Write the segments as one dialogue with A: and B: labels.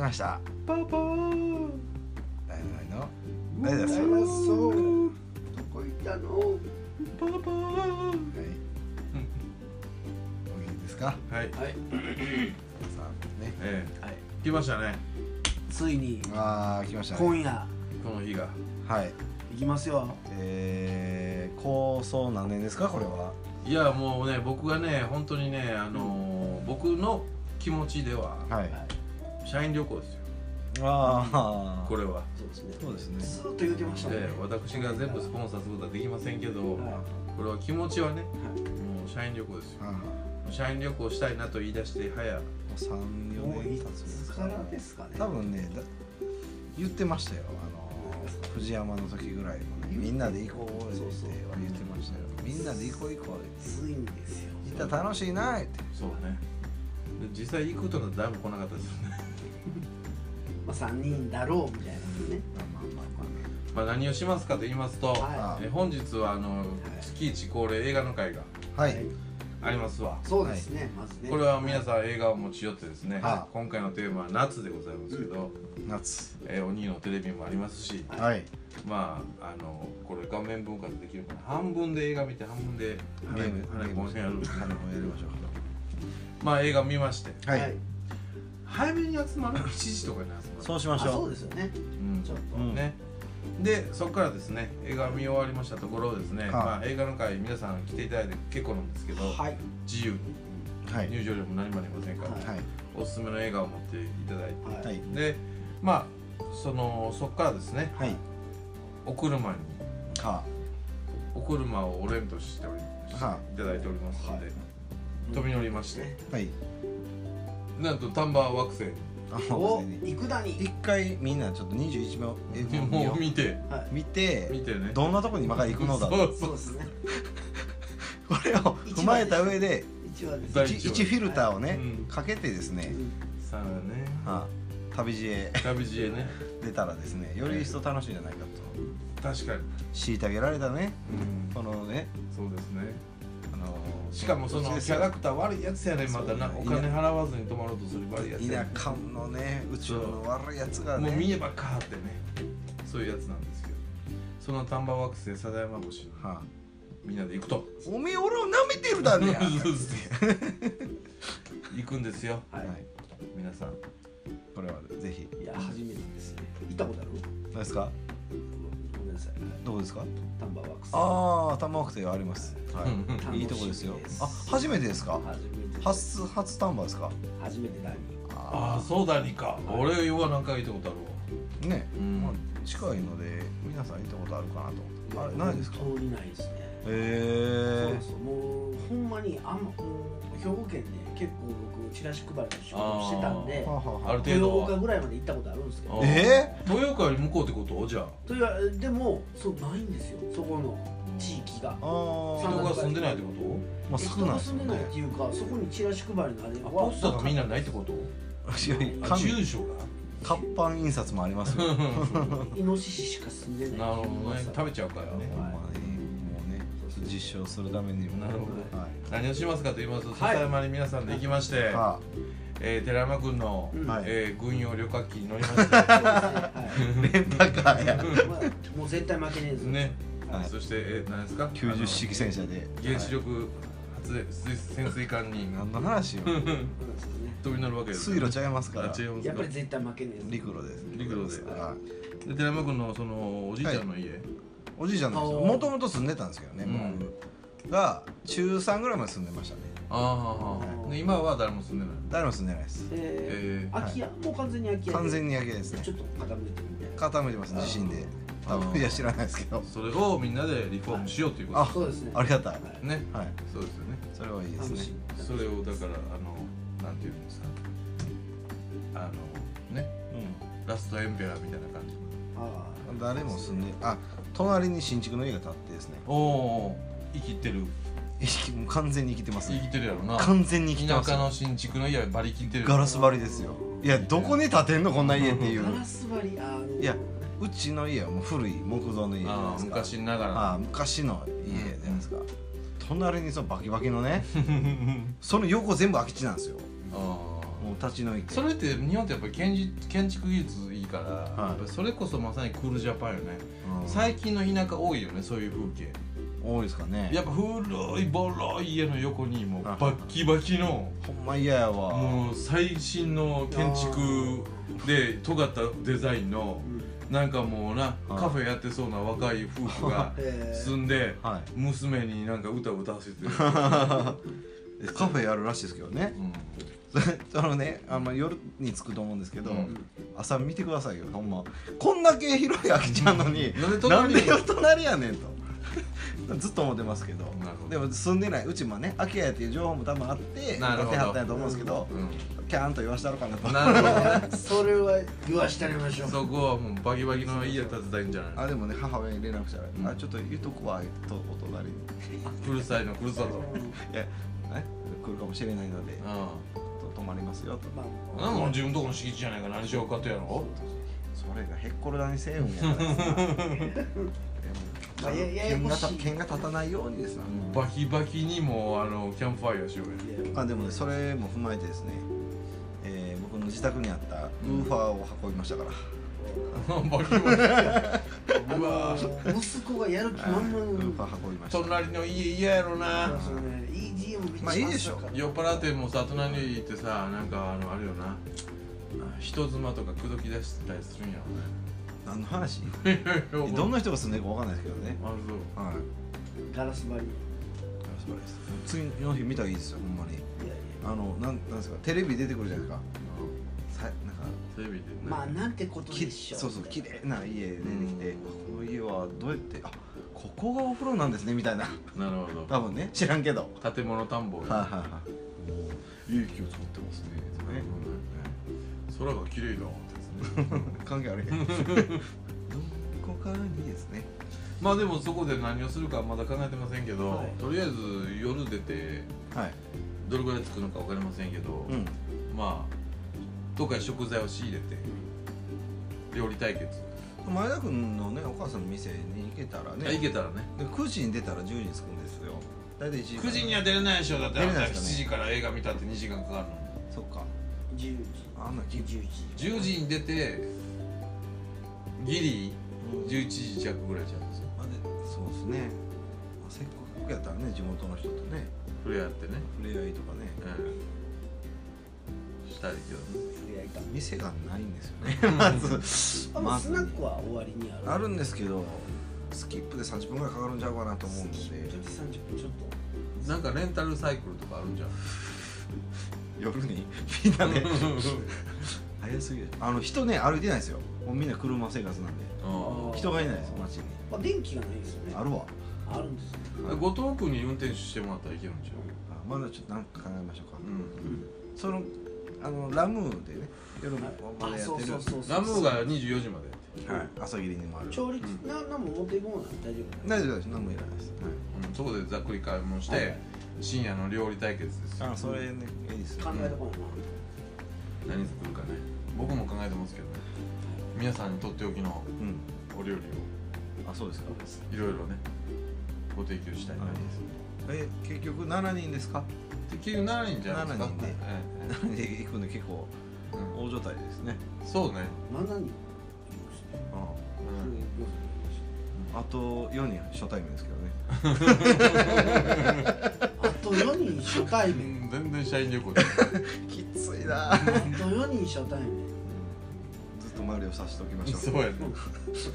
A: ました
B: パパー
A: ライブライの
B: あ
A: ありが
B: りがと
A: とうござ
B: うござい
A: い
B: ま
A: ますす
B: どこ行ったのパパー
A: はいお元気ですか
B: は
C: はい、
B: い
A: 皆さんね
C: え
B: はい
C: え来ましたね
B: ついに
A: あー来ましたね
B: 今夜
C: この日が
A: はい
B: 行きますよ
A: えー、構想何年ですかこれはい
C: やもうね僕がね本当にねあのー僕の気持ちでは
A: はい
B: はい
C: 社員旅行ですよ
A: ああ
C: こ
A: れ
C: れは
B: そうですね
A: そうですね
B: ずーっと言ってましたもんね
C: で私が全部スポンサーすることはできませんけどこ
B: は
C: れは気持ちはね
B: いはい
C: もう社員旅行ですよ
A: あーも
C: 社員旅行したいなと言い出して早
A: う三四
B: もうい
A: 年経
B: つ
A: つ
B: からですかね
A: 多分ねだ言ってましたよあのー藤山の時ぐらいのねみんなで行こうって
B: そうそう
A: 言ってましたよみんなで行こう行こうって
B: ついにですよ
A: 行ったら楽しいなって
C: そうねで実際行くとのだいぶ来なかったですよね
B: まあ3人だろうみたいなね
A: まあまあまあま
C: まあ何をしますかと言いますと、
B: は
C: え本日はあの月一恒例映画の会が
A: あはい
C: ありますわ
B: そうですねまずね
C: これは皆さん映画を持ち寄ってですね、
A: は
C: 今回のテーマは夏でございますけど、
A: 夏
C: えーお兄のテレビもありますし
B: はい
A: はい
C: まああのこれ画面分割できるかな半分で映画見て半分で
A: ゲーム
C: 花
A: ゲー
C: 子温
A: ム
C: 泉やる
A: 花子やりましょう
C: まあ映画見まして
A: は
B: はい
A: い
C: 早めに集まる7時とかに集まる
A: そうしま
B: あ
A: しょ
B: そう
A: う
B: ですよね
C: うん
B: ちょっと
A: うん
C: ねでそこからですね映画見終わりましたところをです
A: い
C: ね、まあ、映画の会皆さん来ていただいて結構なんですけど、
B: はい
C: 自由に
A: はい
C: 入場料も何もありませんから、
B: はい
A: はい
C: おすすめの映画を持っていただいて
A: はい
C: でまあそのそこからですね
A: はい
C: お車に
A: は
C: お車をおレントしておりま
A: はい
C: ただいておりますので、
B: は
C: 飛び乗りまして
A: あはい
C: なんと丹波惑星
A: あ
B: お
A: 忘れて
B: 幾田に
A: 一回みんなちょっと21秒え
C: もう見て
B: はい
A: 見て
C: 見てね
A: どんなとこに今から行くのだ
C: そ
A: こ
C: う
B: そ
C: そうう
B: ですね
A: れを踏まえた上で
B: 一話です
C: 第
A: 1
C: 一話
A: フィルターをね
C: うん
A: かけてですね
C: さあね
A: はあ旅路へ
C: 旅路へね
A: 出たらですねより一層楽しいんじゃないかと
C: 確かに、
A: 虐げられたね
C: うん、
A: このね
C: そうですね
A: あのー
C: しかもそのキャラクター悪いやつやねまたな
A: そう
C: お
A: ね
C: 金払わずに泊まろうとする悪いやつや
A: 田
C: ね
A: 舎のね宇宙の悪いやつが
C: もう見
A: ね
C: えばカーってねそういうやつなんですけどその丹波惑星貞山星に
A: はあ
C: みんなで行くと
A: おめえ俺を舐めてるだ ねや
C: 行くんですよ
B: は
A: はいい
C: 皆さん
A: これはぜひ
B: いや初めてですね行ったことある
A: 何ですか
B: ごめんなさい
A: どこですか
B: タンバーワックス
A: ああ玉奥ではありますは
C: うん
A: いいいとこですよあ初めてですか
B: 初めてです
A: 初初丹波ですか
B: 初めて何
C: ああそうだにか俺は何回行ったことある
A: あ
C: わ
A: ね
C: うん
A: まあ近いので皆さん行ったことあるかなと思ってあれないですか
B: 通りないですね
A: へ
B: そう
A: え
B: そうもうほんまにあんまもう兵庫県で結構僕チラシ配りの仕事をしてたんで
A: はあはあ
C: あ
A: は
C: る程度
B: 豊岡
C: は
B: ぐらいまで行ったことあるんですけ
C: あ
B: ど
C: ー
A: え
C: 豊岡より向こうってことじゃあ
B: というでもそうないんですよそこの地域が
A: あ
B: そ
A: ー
C: 人
B: う
C: が住んでないってこ
A: まあ
B: 人
A: 少ない
B: が
A: です
B: 住
A: も
B: ん
A: ん
B: で
A: ね
B: ないっていうかそこにチラシ配りのあれ
C: と
B: は
C: ポストがみんなないってこと
A: いやいや
C: あ
A: 紙
C: 住所が
A: 活版印刷もありますよ
B: イノシシしか住んでない
C: なるほどね食べちゃうからね
A: ほんまねもうね実証するためにもね
C: なるほ
B: ど
A: はい
C: 何をしますかと言いますと
B: はい
C: 笹山に皆さんで行きまして、
A: は
C: えー寺山君の、
B: うん
A: はい
C: えー軍用旅客機に乗りま して
A: あレンタカーや
B: もう絶対負けねえぞ
C: ね、
A: はい
C: そして、えー何ですか
A: 90式戦車で
C: あの原子力発電水潜水艦に
A: 何の話よ
C: 飛び乗るわけです
A: 水路ちゃいますか
C: あ
A: ら
C: 違います
B: やっ
C: か
B: ぱり絶対負けねえぞ
A: 陸路です
C: 陸路で
A: はい
C: で寺山君のそのおじいちゃんの家、
A: おじいちゃんなんですよ
B: あー
A: もともと住んでたんですけどね、
C: うん
A: 僕が中3ぐらいまで住んでましたね
C: ああで今は誰も住んでない
A: 誰も住んでないです
B: えー
C: え
B: 空き家もう完全に空き家
A: 完全
B: に
A: に焼けですね
B: ちょっと傾いてるみたいな
A: 傾いてます地震で
C: あ
A: 多
C: ー
A: 分いや知らないですけど
C: ーそれをみんなでリフォームしようということ
A: あ
B: そうですね
A: ありがたい
B: はい
C: ね
A: はい
C: そうですよね
A: それはいいです
B: 楽
A: ね
B: しみ
C: それをだからあのなんていうんですかあのねラストエンペラーみたいな感じ
B: ああ
A: うん誰も住んであ隣に新築の家が建ってですね
C: おお生きてる
A: 意識もう完全に生きてます
C: 生きてるやろな
A: 完全に生きてま
C: 田
A: す
C: 舎の新築の家はバリ聞いてる
A: ガラス張りですよいやどこに建てんのこんな家っていう
B: ガラス張りあの
A: いやうちの家はもう古い木造の家じゃない
C: あ
A: で
C: あ
A: すか
C: 昔ながら
A: ああ昔の家じゃないですか、隣にそのバキバキのねその横全部空き地なんですよ
C: あー
A: もう立ち退いて
C: それって日本ってやっぱり建築建築技術いいから、
A: い
C: やっぱりそれこそまさにクールジャパンよね、
A: うん
C: 最近の田舎多いよねそういう風景
A: 多いですかね
C: やっぱ古いボロい家の横にもう
A: あ
C: バッキバキの
A: ほんま嫌やわ
C: もう最新の建築で尖ったデザインのなんかもうな
A: あ
C: カフェやってそうな若い夫婦が住んで
A: はい
C: 娘になんか歌歌わせ てる、
A: でカフェやるらしいですけどね
C: うん
A: それ そのねあんま夜に着くと思うんですけど、
C: うん
A: 朝見てくださいよほんまこんだけ広い空き地なのに
C: なんで
A: な
C: 隣
A: ん
C: に
A: でよ隣やねんと ずっと思ってますけど
C: なるほど
A: でも住んでないうちもね空き家やっていう情報も多分あって
C: なるほど
A: 建てはったんやと思うんですけど
C: う
A: キャーンと言わしたろかなと
C: ん、なるほどね
B: それは言わしてあげましょう
C: そこはもうバキバキの家建てたいんじゃない
A: あでもね母親に連絡したら、
C: ん
A: あちょっと言っとくわとお隣に
C: うるさいのうるさと
A: いや、ね、来るかもしれないので、
C: う
A: ち
C: ん
A: ょっと泊まりますよと
B: まあ
C: なんも自分とこの敷地じゃないから何しようかとやろ
A: それがへっころだにせえよみたいなでも
B: まあややや
A: 剣
B: こ
A: が
B: しい
A: た剣が立たないようにですな、
C: バキバキにもうあのキャンプファイヤーしよう
B: い
C: や
B: や
A: あでもねそれも踏まえてですね、えー僕の自宅にあったウーファーを運びましたから、
C: バキバキ
B: あの
C: うわ
B: 息子がやる気
A: はい
B: 満々
A: ウ
B: に
A: ーファー運びました
C: 隣の家嫌やろな
B: そうねいい GM めっちゃ
A: まあいいでしょう
B: パスだから
C: 酔っ払ってもさ隣に行ってさなんかあのあるよなあ人妻とか口説き出したりするんや
A: 何の話
C: ろ
A: どんな
C: な
A: 人が住んでるかわかんないですけどね
C: あるぞ
A: はい
B: ガラス張り
A: 素晴
B: い
A: らしいです次の日見たらいいですよほんまに
B: やいや
A: あのなんなんですかテレビ出てくるじゃないですかさなんか
C: テレビでね
B: まあなんてこと
A: き
B: でしょ
A: そうそう綺麗な家出てきて、
C: うん
A: この家はどうやってあここがお風呂なんですねみたいな
C: なるほ
A: 多分ね知らんけど
C: ど建物探訪
A: はいはいはいいい気を使ってますねとかね
C: 空が綺麗だですね
A: 関係あれへんどこかにですね
C: まあでもそこで何をするかまだ考えてませんけど、
B: はい
C: とりあえず夜出て
A: はい
C: どれぐらい着くのか分かりませんけど、
A: うん
C: まあどっかに食材を仕入れて料理対決、
A: 前田君のねお母さんの店に行けたらね
C: あ行けたらね
A: で9時に出たら10時に着くんですよ大体1時間
C: 9時には出れないでしょだって
A: 出れ
C: 朝
A: ないですかね
C: 7時から映画見たって2時間かかるの
A: そっか
B: 10
A: あんな
B: 時
A: 緊
B: 10時
C: 10時に出てギリ11時弱ぐらいじゃうんですよ
A: までそうですね、まあ、せっかくやったらね地元の人とね
C: 触れ合ってね
A: 触れ合いとかね
C: うんしたいけどね
B: 触れ合いた
A: 店がないんですよね まず
B: あまあスナックは終わりにある
A: あるんですけどスキップで30分ぐらいかかるんちゃうかなと思うので
B: ちょっと30分ちょっと
C: なんかレンタルサイクルとかあるんじゃん
A: 夜に みんなね早すぎるあの人ね歩いてないですよもうみんな車生活なんで
C: う
A: 人がいないです街に
B: まあ電気がないですよね
A: あるわ
B: あるんですよ
C: ん後藤君に運転手してもらったらいけるんちゃ
A: あまだちょっと何か考えましょうか、
C: う、うん
A: そのあのラムーでね夜もまだ
B: あ
A: や
B: そ
A: っ
B: う
A: てる
B: そうそうそう
C: ラムーが24時までやって
A: はい、朝霧にもある
B: 調理器
C: うん
B: ななんも持っていくもんなん大丈夫
A: 大丈夫です何もいらないです、
C: る、うん、そこでざっくり買い物し
B: は
C: て
B: い
C: 深夜の料理対決ですよ
A: あそれねいいですね
B: 考えとこう
C: 何作るかね僕も考えてますけどね皆さんにとっておきの
A: うん
C: お料理を
A: あそうですか
C: いろいろねご提供したいな
A: あいいですねえ結局7人ですか
C: 結局7人じゃないですか
A: 7人で
C: ええ
A: 7人で行くんで結構
C: ええ
A: 大所帯ですね、
C: うんそうね、
B: なまだに
C: うん
A: あと4人初対面ですけどね
B: あと4人初対
C: う
B: 面
C: ん全然社員旅行で
A: きついな
B: あと4人初対面
A: ずっと周りを察しておきましょう
C: そうやね、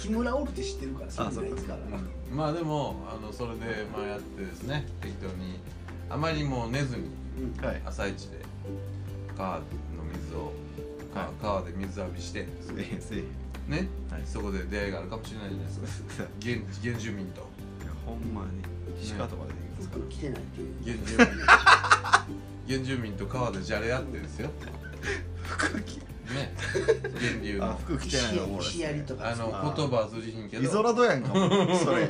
B: 木村おるって知ってるからそ
A: あ
B: んなやつから
C: うんまあでもあのそれでまあやってですね適当にあまりもう寝ずに
B: うん
A: はい
C: 朝一で川の水を、か
A: はい
C: 川で水浴びして
A: せいせいい
C: ね、
A: はい
C: そこで出会いがあるかもしれないじゃないですか現原住民と
A: やほんまに岸川とかでできますから、
B: 服着てないっていう
C: 原住民 原住民と川でじゃれ合ってですよ
A: 服着
C: ね源流
A: あ
C: の
A: 服着てないのも
B: 石やりとか
C: あの
A: あー
C: 言葉は通じひんけど
A: イゾラドやんかもうそれ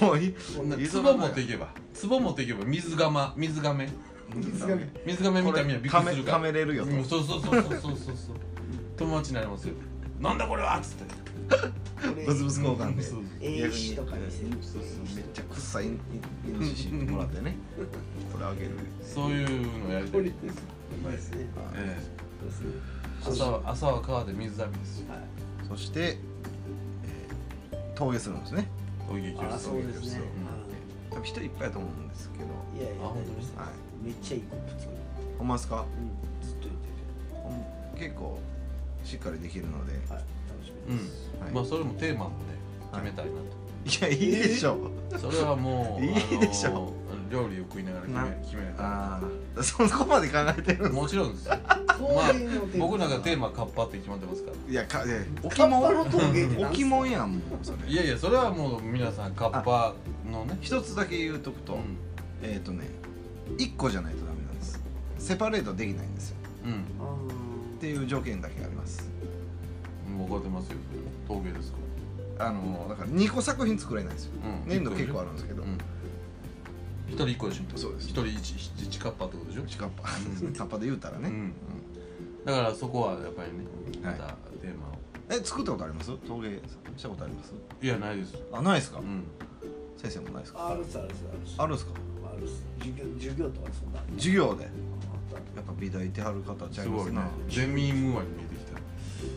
A: もうい
C: こんな
A: イゾ
C: 壺
A: ラド
C: 持っていけば壺持っていけば水釜水亀
B: 水がめ
C: 水亀見たらみんなびっくりするから
A: カメれるよと
C: うんそうそうそうそうそうそうそう友達になりますよなんだこれはっつって
A: ブツブツ交換で
C: そうそう
B: 英詞とかにせる
C: そうそう
A: めっちゃ臭いイノシシもらってねこれあげる
C: そういうのやりたいです
B: いいですね
A: はい
C: え
B: そうですね
C: え朝は朝は川で水だめですよ
B: はい
A: そして、えー、陶芸するんですね
C: 陶芸教
B: ああ
C: 室
B: そうですね
A: 多分人いっぱいだと思うんですけど
B: うんいやいや
C: あ本当です
A: はい
B: めっちゃいいコップ作る
A: ほんまですか
B: うんずっと言って
A: うん結構しっかりできるので、
B: てはい楽しみです
A: はい
C: まあそれもテーマもね
A: は
C: 決
A: い
C: めたいなと
A: いやいいでしょう、
C: それはも う
A: いいでしょ
C: あの料理を食いながら決
A: な
C: め決め
A: ああ そこまで考えてる
C: もちろんですよ
B: そういうの
C: 僕なんかテー
B: マ
C: マカッパって決まってますから
A: いやかいや置
B: カ
A: き
B: ッパの
A: 物
B: 陶芸って何
A: 置
B: す
A: き
B: か
A: 物やんもうそれ
C: いやいやそれはもう皆さんカッパのね
A: 一つだけ言うとくと、
C: うん
A: えっ、とね一個じゃないとダメなんですセパレートできないんですよ
C: うん
B: あー
A: っていう条件だけあります
C: もう分かってますよそれ陶芸ですか
A: あのだから2個作品作れないんですよ
C: らうん
A: 粘土結構あるんですけ
C: う
A: ど、
C: ん一人一個でしょ
A: そうです
C: 一人一一一カッパってことでしょ
A: カッパカッパで言うたら
C: う
A: ね、
C: んだからそこはやっぱりねま
A: はい
C: たテーマを
A: え作ったことあります陶芸したことあります
C: いやないです
A: あないですか、
C: うん
A: 先生もないですか
B: あるっすあるっすあるっす
A: あるんですか
B: あるっす授業授業とかそんなあ
A: 授業でや
B: った
A: っぱ美大行ってはる方ちゃ
C: す
A: いま
C: ご
A: す
C: いね
A: な
C: ゼミムーアに見えて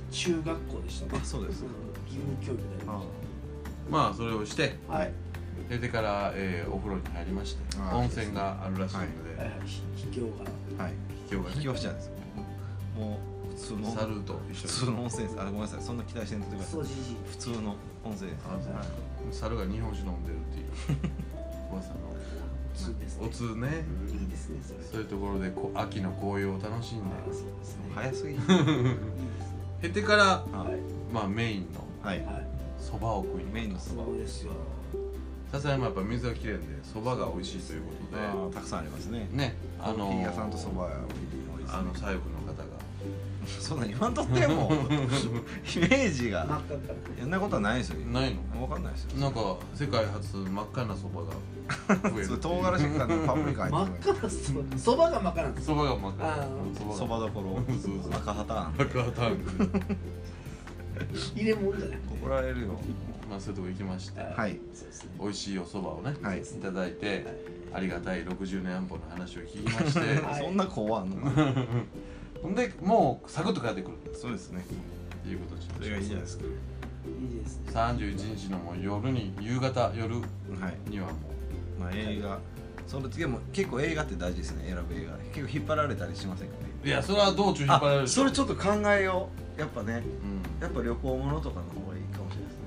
C: きた
B: 中学校でしたね
A: あそうです
B: ん義務教育でありま
A: あ
B: し
C: まあそれをして
B: たはい
C: 出てから、えーお風呂に入りまして
A: あー
C: 温泉があるらしいので、
B: はいはいひ秘境が
A: あはい
C: 今日
A: 引き
C: が
A: 押しちゃうんですよもう普通の
C: ね猿と
A: 普
C: 一
A: 通
C: 緒に
A: の温泉ですあごめんなさいそんな期待してんとってくだ
B: ク
A: さい
B: ソじじい
A: 普通の温泉です
C: あそう
A: はい
C: 猿が日本酒飲んでるっていう 噂の
B: 普通ですね
C: おつね
B: いいですねそれ
C: そういうところでこ秋の紅葉を楽しんで
B: あーそうですねい
A: 早すぎる
B: いいですね
C: 経てから、
A: は
C: まあ、メインの
A: い
B: はいはい
C: そばを食いに
A: メインのそば
B: そうですよ
C: さすがにやっぱ水がきれいんでそばが美味しいということ
A: あーたくさんありますね
C: でねあ
A: あの
C: の
A: コーヒー屋さんとそば屋多いです
C: あ
A: ね
C: の細部の方が
A: そんな言わんとって もイメージが
B: 真っ赤っか
A: そんなことはないですよ
C: ないの
A: わかんないですよ
C: なんか世界初真っ赤なそばが増 え
A: それ
C: る
A: 唐辛子か なパプリカ
B: 真
A: 入
B: っ
A: ってる
B: 赤なそばそばが真っ赤なんです
C: そばが真っ
B: あ
C: 赤
B: ー
C: 蕎麦が
A: そばどこ
C: そうそう
A: ろ赤旗あんで
C: 爆破タンク
B: 入れ物じゃなくて
A: 怒られるよ
C: まあそういうとこ行きまして
A: はい
B: そうですね
C: 美味しいお蕎麦をね、
A: はい
C: い、ただいて
B: はい
C: ありがたい60年安保の話を聞きまして
B: はい
A: そんな子はあんの
C: ほんでもうサクッと帰ってくる
A: そうですね
C: っていうことにし
A: そ
C: ま
A: れがいいじゃないですか
B: いいですね
C: 31日のもう夜に夕方夜
A: はい
C: にはも
A: まあ映画その次も結構映画って大事ですね選ぶ映画結構引っ張られたりしませんかね
C: ういやそれは道中引っ張られる
A: あそれちょっと考えようやっぱね
C: うん
A: やっぱ旅行ものとかの方がいいかもしれないですね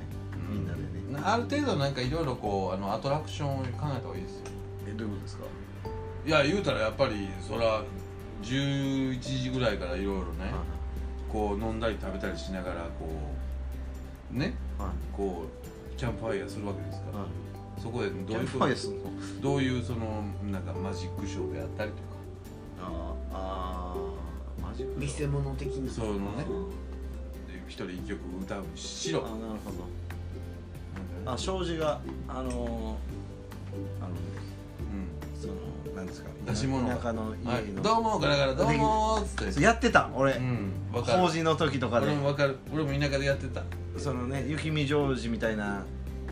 A: みんなでね
C: ある程度なんかいろいろこうあのアトラクションを考えた方がいいですよ
A: えどういうことですか
C: いや言うたらやっぱりそら11時ぐらいからいろいろねこう飲んだり食べたりしながらこうね
A: はい
C: こうキャンプファイヤーするわけですから、
A: は
C: そこで
A: い
C: ど
A: や
C: う
A: っ
C: いうこ
A: ぱ
C: と
A: りその
C: どういうそのなんかマジックショーであったりとか
A: あーあーマジック
B: 見せ物的に
C: そういうのね
A: あ
C: 一人一曲歌うにしろ
A: ーなるほど
C: なんかね
A: あ障子があのー、あの
C: う
A: そのなんですか
C: 出し物
A: 田舎の
C: んはい
A: 家の、
C: どうもガラガラどうもーっつって
A: やってた俺、
C: うんわか
A: 法
C: る
A: 事の時とかで
C: 俺もわかる俺も田舎でやってた
A: そのね雪見障子みたいな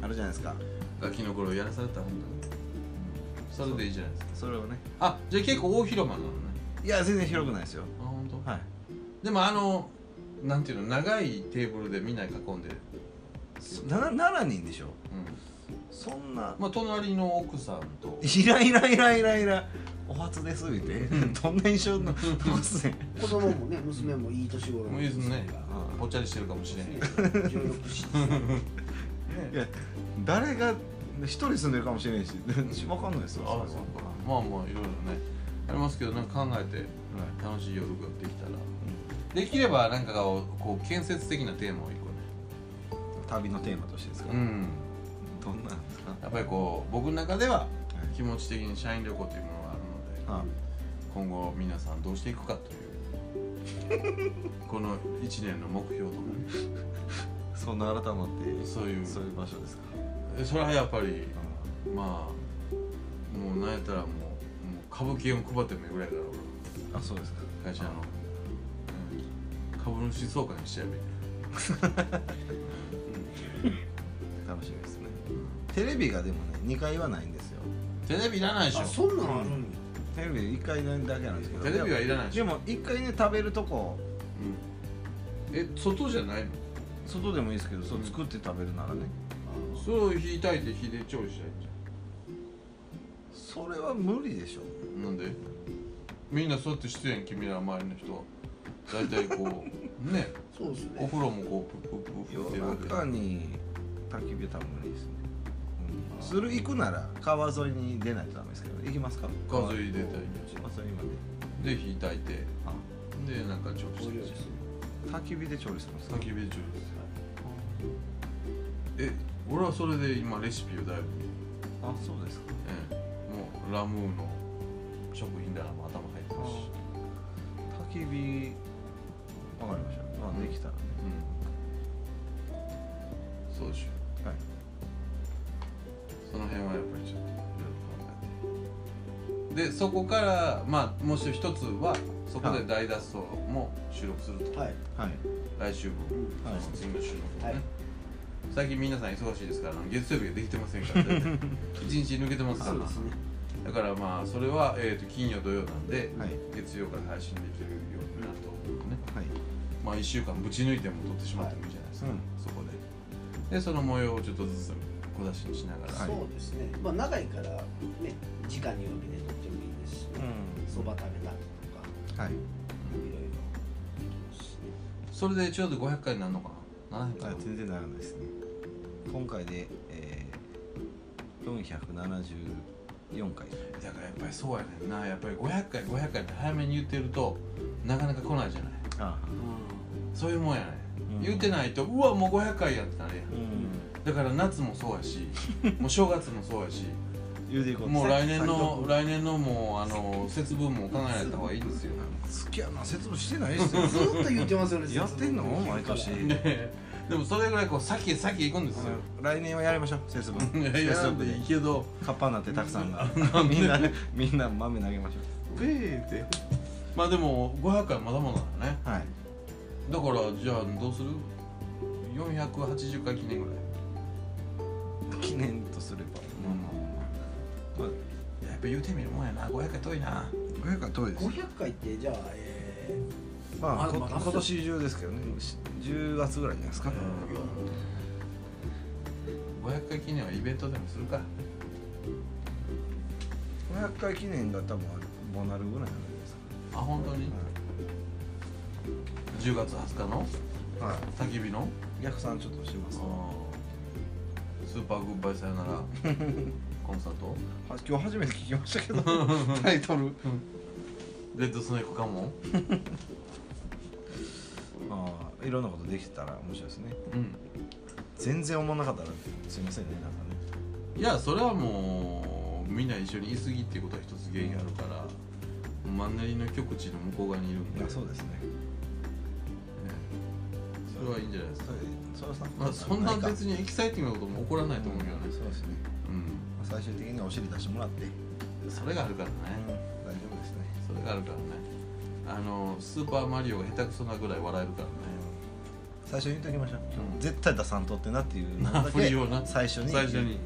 A: あるじゃないですか
C: ガキの頃やらされた本当にそれでいいじゃないですか
A: それをね
C: あじゃあ結構大広間なのね
A: いや全然広くないですよ
C: あ本当。
A: はい
C: でもあのなんていうの長いテーブルでみんな囲んで、
A: そな7人でしょ
C: うん、
A: そんな
C: まあ隣の奥さんと
A: イライライライライラお初です言うてどんな印象の残すねん
B: 子供もね娘もいい年頃
C: もういいですね
A: うん
C: ぽっちゃりしてるかもしれない
B: 16し
A: いや誰が一人住んでるかもしれんし分かんないですよ
C: あ
A: れ
C: そ
A: は
C: うかまあまあいろいろねありますけどなんか考えて
A: はい
C: 楽しい夜ができたら、できればなんかこうこう建設的なテーマを一個ね
A: 旅のテーマとしてですか、
C: うん
A: どんなんですか、
C: やっぱりこう僕の中では気持ち的に社員旅行というものがあるので、
A: あ
C: 今後皆さんどうしていくかというこの1年の目標とかね
A: そんな改まって
C: そういう
A: そういう場所ですか
C: えそれはやっぱりまあもうなんやったらもうもう株券を配ってもいいぐらいから
A: あそうですか
C: 俺会社の、うん、株主総会にしちゃえばいい
A: 楽しみですねテレビがでもね2階はないんですよ
C: テレビいらないでし
B: あ
C: ょ
B: そんなんあるんや
A: テレビ一回だけなんですけど
C: テレビはいらないでし
A: で
C: ょ、
A: も一回ね食べるとこ
C: うん、え外じゃないの
A: 外でもいいですけどそう
C: うん
A: 作って食べるならね、
C: それを火炊いて火で調理したらいいんじ
A: それは無理でしょ
C: ゃんなんでみんなそうやってしてん君ら周りの人は大体こうね
B: そうです
C: お
B: ね
C: 風呂もこうプップップップ
A: 夜
C: って
A: 中に焚き火は多分無理ですね、うん、する行くなら川沿いに出ないとダメですけど行きますか
C: 川沿い出たり
A: 川沿いま
C: で火炊いてでなんか調理して
B: お料
C: る
B: 理
C: じ
B: する
A: で焚き火で調理するんです
C: ゃ
A: か
C: ん焚き火で調理するえ俺はそれで今レシピをだいぶ、
A: あそうですか
C: ええもうラムーの食品だらもう頭入ってるし
A: 焚き火わかりましたまあできたらね、
C: うんそうでしょ
A: はい
C: その辺はやっぱりちょっといろいろ考えてでそこからまあもし一つはそこで大脱走も収録すると
B: はい、
A: はい
C: 来週分
B: うん
A: はい
C: その次の収録も
B: は
C: ね、
B: い
C: 最近皆さん忙しいですからあの月曜日ができてませんから大体 一日抜けてますか
B: そうです
C: ら
B: ね
C: だからまあそれは、えー、と金曜土曜なんで、
A: はい
C: 月曜から配信できるようになると思うね
A: はい
C: まあ1週間ぶち抜いても撮ってしまってもいいじゃないですか、
A: はいうん
C: そこででその模様をちょっとずつ小出しにしながら、
A: はい
B: そうですねまあ長いからね時間によってねとってもいいですし
A: うん
B: そば、蕎麦食べたりとか
A: はい
B: いろいろできますしね
C: それでちょうど500回になるのかな700回
A: あ全然ならないですね今回で、えー、474回
C: だからやっぱりそうやねんなやっぱり500回500回って早めに言ってるとなかなか来ないじゃない
A: あ
C: そういうもんやね、
A: うん
C: ん、言ってないとうわもう500回やってなるやん
A: うん
C: だから夏もそうやし もう正月もそうやし
A: 言うていこう
C: もう来年の
A: 来
C: 来年のもうあの節分も考えられた方がいいですよ
A: 好きやな説明してないっすよ
B: ずっと言ってますよ ね
A: やってんの毎年
C: ねでもそれぐらいこう先へ先へ行くんですよ、
A: 来年はやりましょう節分
C: いやいや
A: 節
C: そ
A: 分
C: れ
A: で
C: でいいけど
A: カッパになってたくさんがみんな みんな豆投げましょ
C: べーってまあでも500回まだまだだね
A: うはい
C: だからじゃあどうする480回記念ぐらい
A: 記念とすれば
C: まあまあまあいややっぱ言うてみるもんやな500回遠いな
A: 500回遠いです
B: 500回ってじゃあえ
A: まあ、
B: まあ
A: こ
B: まあ
A: 今年中ですけどね10月ぐらいじゃないですか、
C: 500回記念はイベントでもするか
A: 500回記念が多分ボナルぐらいじゃないです
C: あ本当に10月20日の
A: かはい、
C: 焚き火の
A: 逆算ちょっとします
C: スーパーグッバイさよな らコンサート
A: は今日初めて聞きました けどタイトル
C: レッドスネークかも
A: ああいろんなことできたら面白いですね
C: うん
A: 全然思わなかったらすいませんねなんかね
C: いやそれはもうみんな一緒にいすぎっていうことは一つ原因あるからマンネリの極地の向こう側にいるん
A: い
C: で
A: やそうですね
C: ええそれはいいんじゃないですか、
A: それはさ
C: まあ、そんない
A: か
C: 別にエキサイティングなことも起こらないと思うけど
A: ん
C: ね
A: そうですね
C: うん、
A: まあ最終的にはお尻出してもらって、
C: それがあるからね
A: 大丈夫ですね
C: それがあるからねあのスーパーマリオが下手くそなぐらい笑えるからね
A: 最初に言っておきましょう、
C: うん
A: 絶対出さんとってなっていうのだけ
C: 振りをな
A: 最初に
C: 最初に
A: も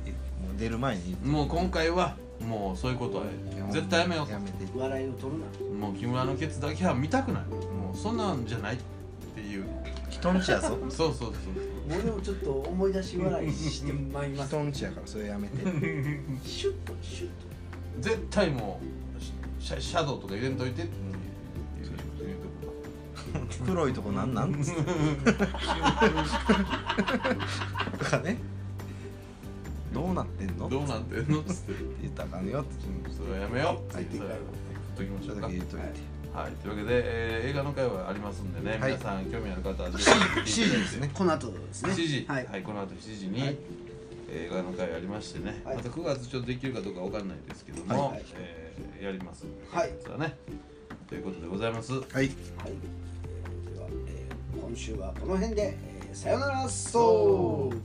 A: う出る前に
C: もう今回はもうそういうことは絶対やめよう
A: やめて
B: ー笑いを取るな
C: もう木村のケツだけは見たくないもうそんなんじゃないっていう
A: 人んちやぞ
C: そうそうそう
B: 俺もちょっと思い出し笑いしてまい ります
A: 人んちやからそれやめて
C: そう
B: シュッとシュッと
C: 絶対もうシシャシャドウとか入れんといてって言う
A: 黒いとこなん なんつってとかねどうなってんの
C: とこどうなんてんのっつって
A: って言ったらあかんよって
C: それはやめよう
A: はい
C: それは言っときま
A: ち
C: し
A: ょ
C: ょ
A: っ
C: う
A: と
C: か
A: だけ言っといて、
C: はいというわけで、えー映画の会はありますんでね、
A: はい
C: 皆さん興味ある方はぜひ
A: 7時ですね
B: この後ですね
C: 7時、は
B: はいい
C: この後7時に、
B: はい
C: 映画の会ありましてね、
B: はい
C: また9月ちょっとできるかどうかわかんないですけども、
B: はい
C: えーやりますんで
B: はい
C: 9月はねということでございます
A: はい
B: はい、えーでは、えー今週はこの辺で、えーさよならそう